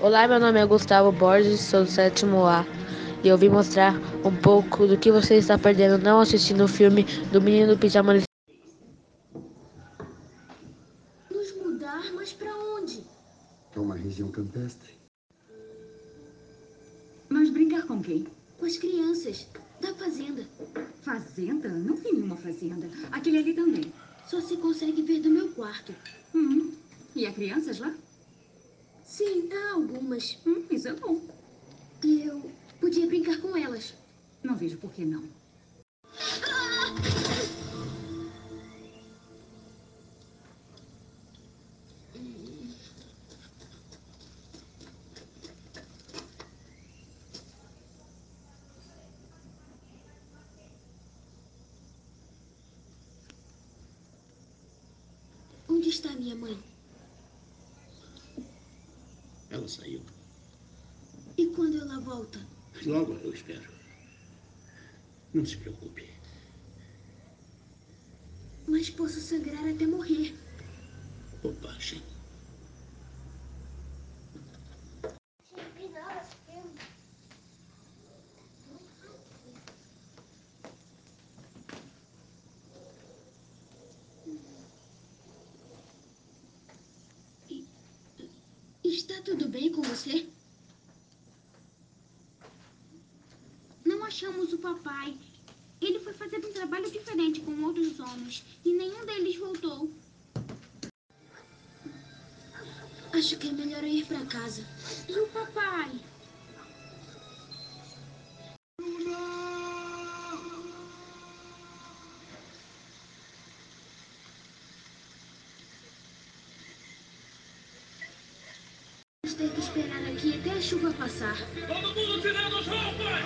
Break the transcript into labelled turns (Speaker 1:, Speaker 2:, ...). Speaker 1: Olá, meu nome é Gustavo Borges, sou do sétimo A e eu vim mostrar um pouco do que você está perdendo não assistindo o filme do Menino do Pijama Listrado.
Speaker 2: Nos mudar, mas pra onde?
Speaker 3: É uma região campestre.
Speaker 4: Mas brincar com quem?
Speaker 2: Com as crianças, da fazenda.
Speaker 4: Fazenda? Não vi nenhuma fazenda. Aquele ali também.
Speaker 2: Só se consegue ver do meu quarto.
Speaker 4: Hum. E há crianças lá?
Speaker 2: Sim, há algumas.
Speaker 4: Hum, isso é bom.
Speaker 2: E eu podia brincar com elas.
Speaker 4: Não vejo por que não.
Speaker 2: Onde está minha mãe?
Speaker 5: Ela saiu.
Speaker 2: E quando ela volta?
Speaker 5: Logo eu espero. Não se preocupe.
Speaker 2: Mas posso sangrar até morrer.
Speaker 5: Bobagem.
Speaker 2: Está tudo bem com você?
Speaker 6: Não achamos o papai. Ele foi fazer um trabalho diferente com outros homens e nenhum deles voltou.
Speaker 2: Acho que é melhor eu ir para casa.
Speaker 6: E o papai?
Speaker 2: Vamos ter que esperar aqui até a chuva passar.
Speaker 7: Todo mundo tirando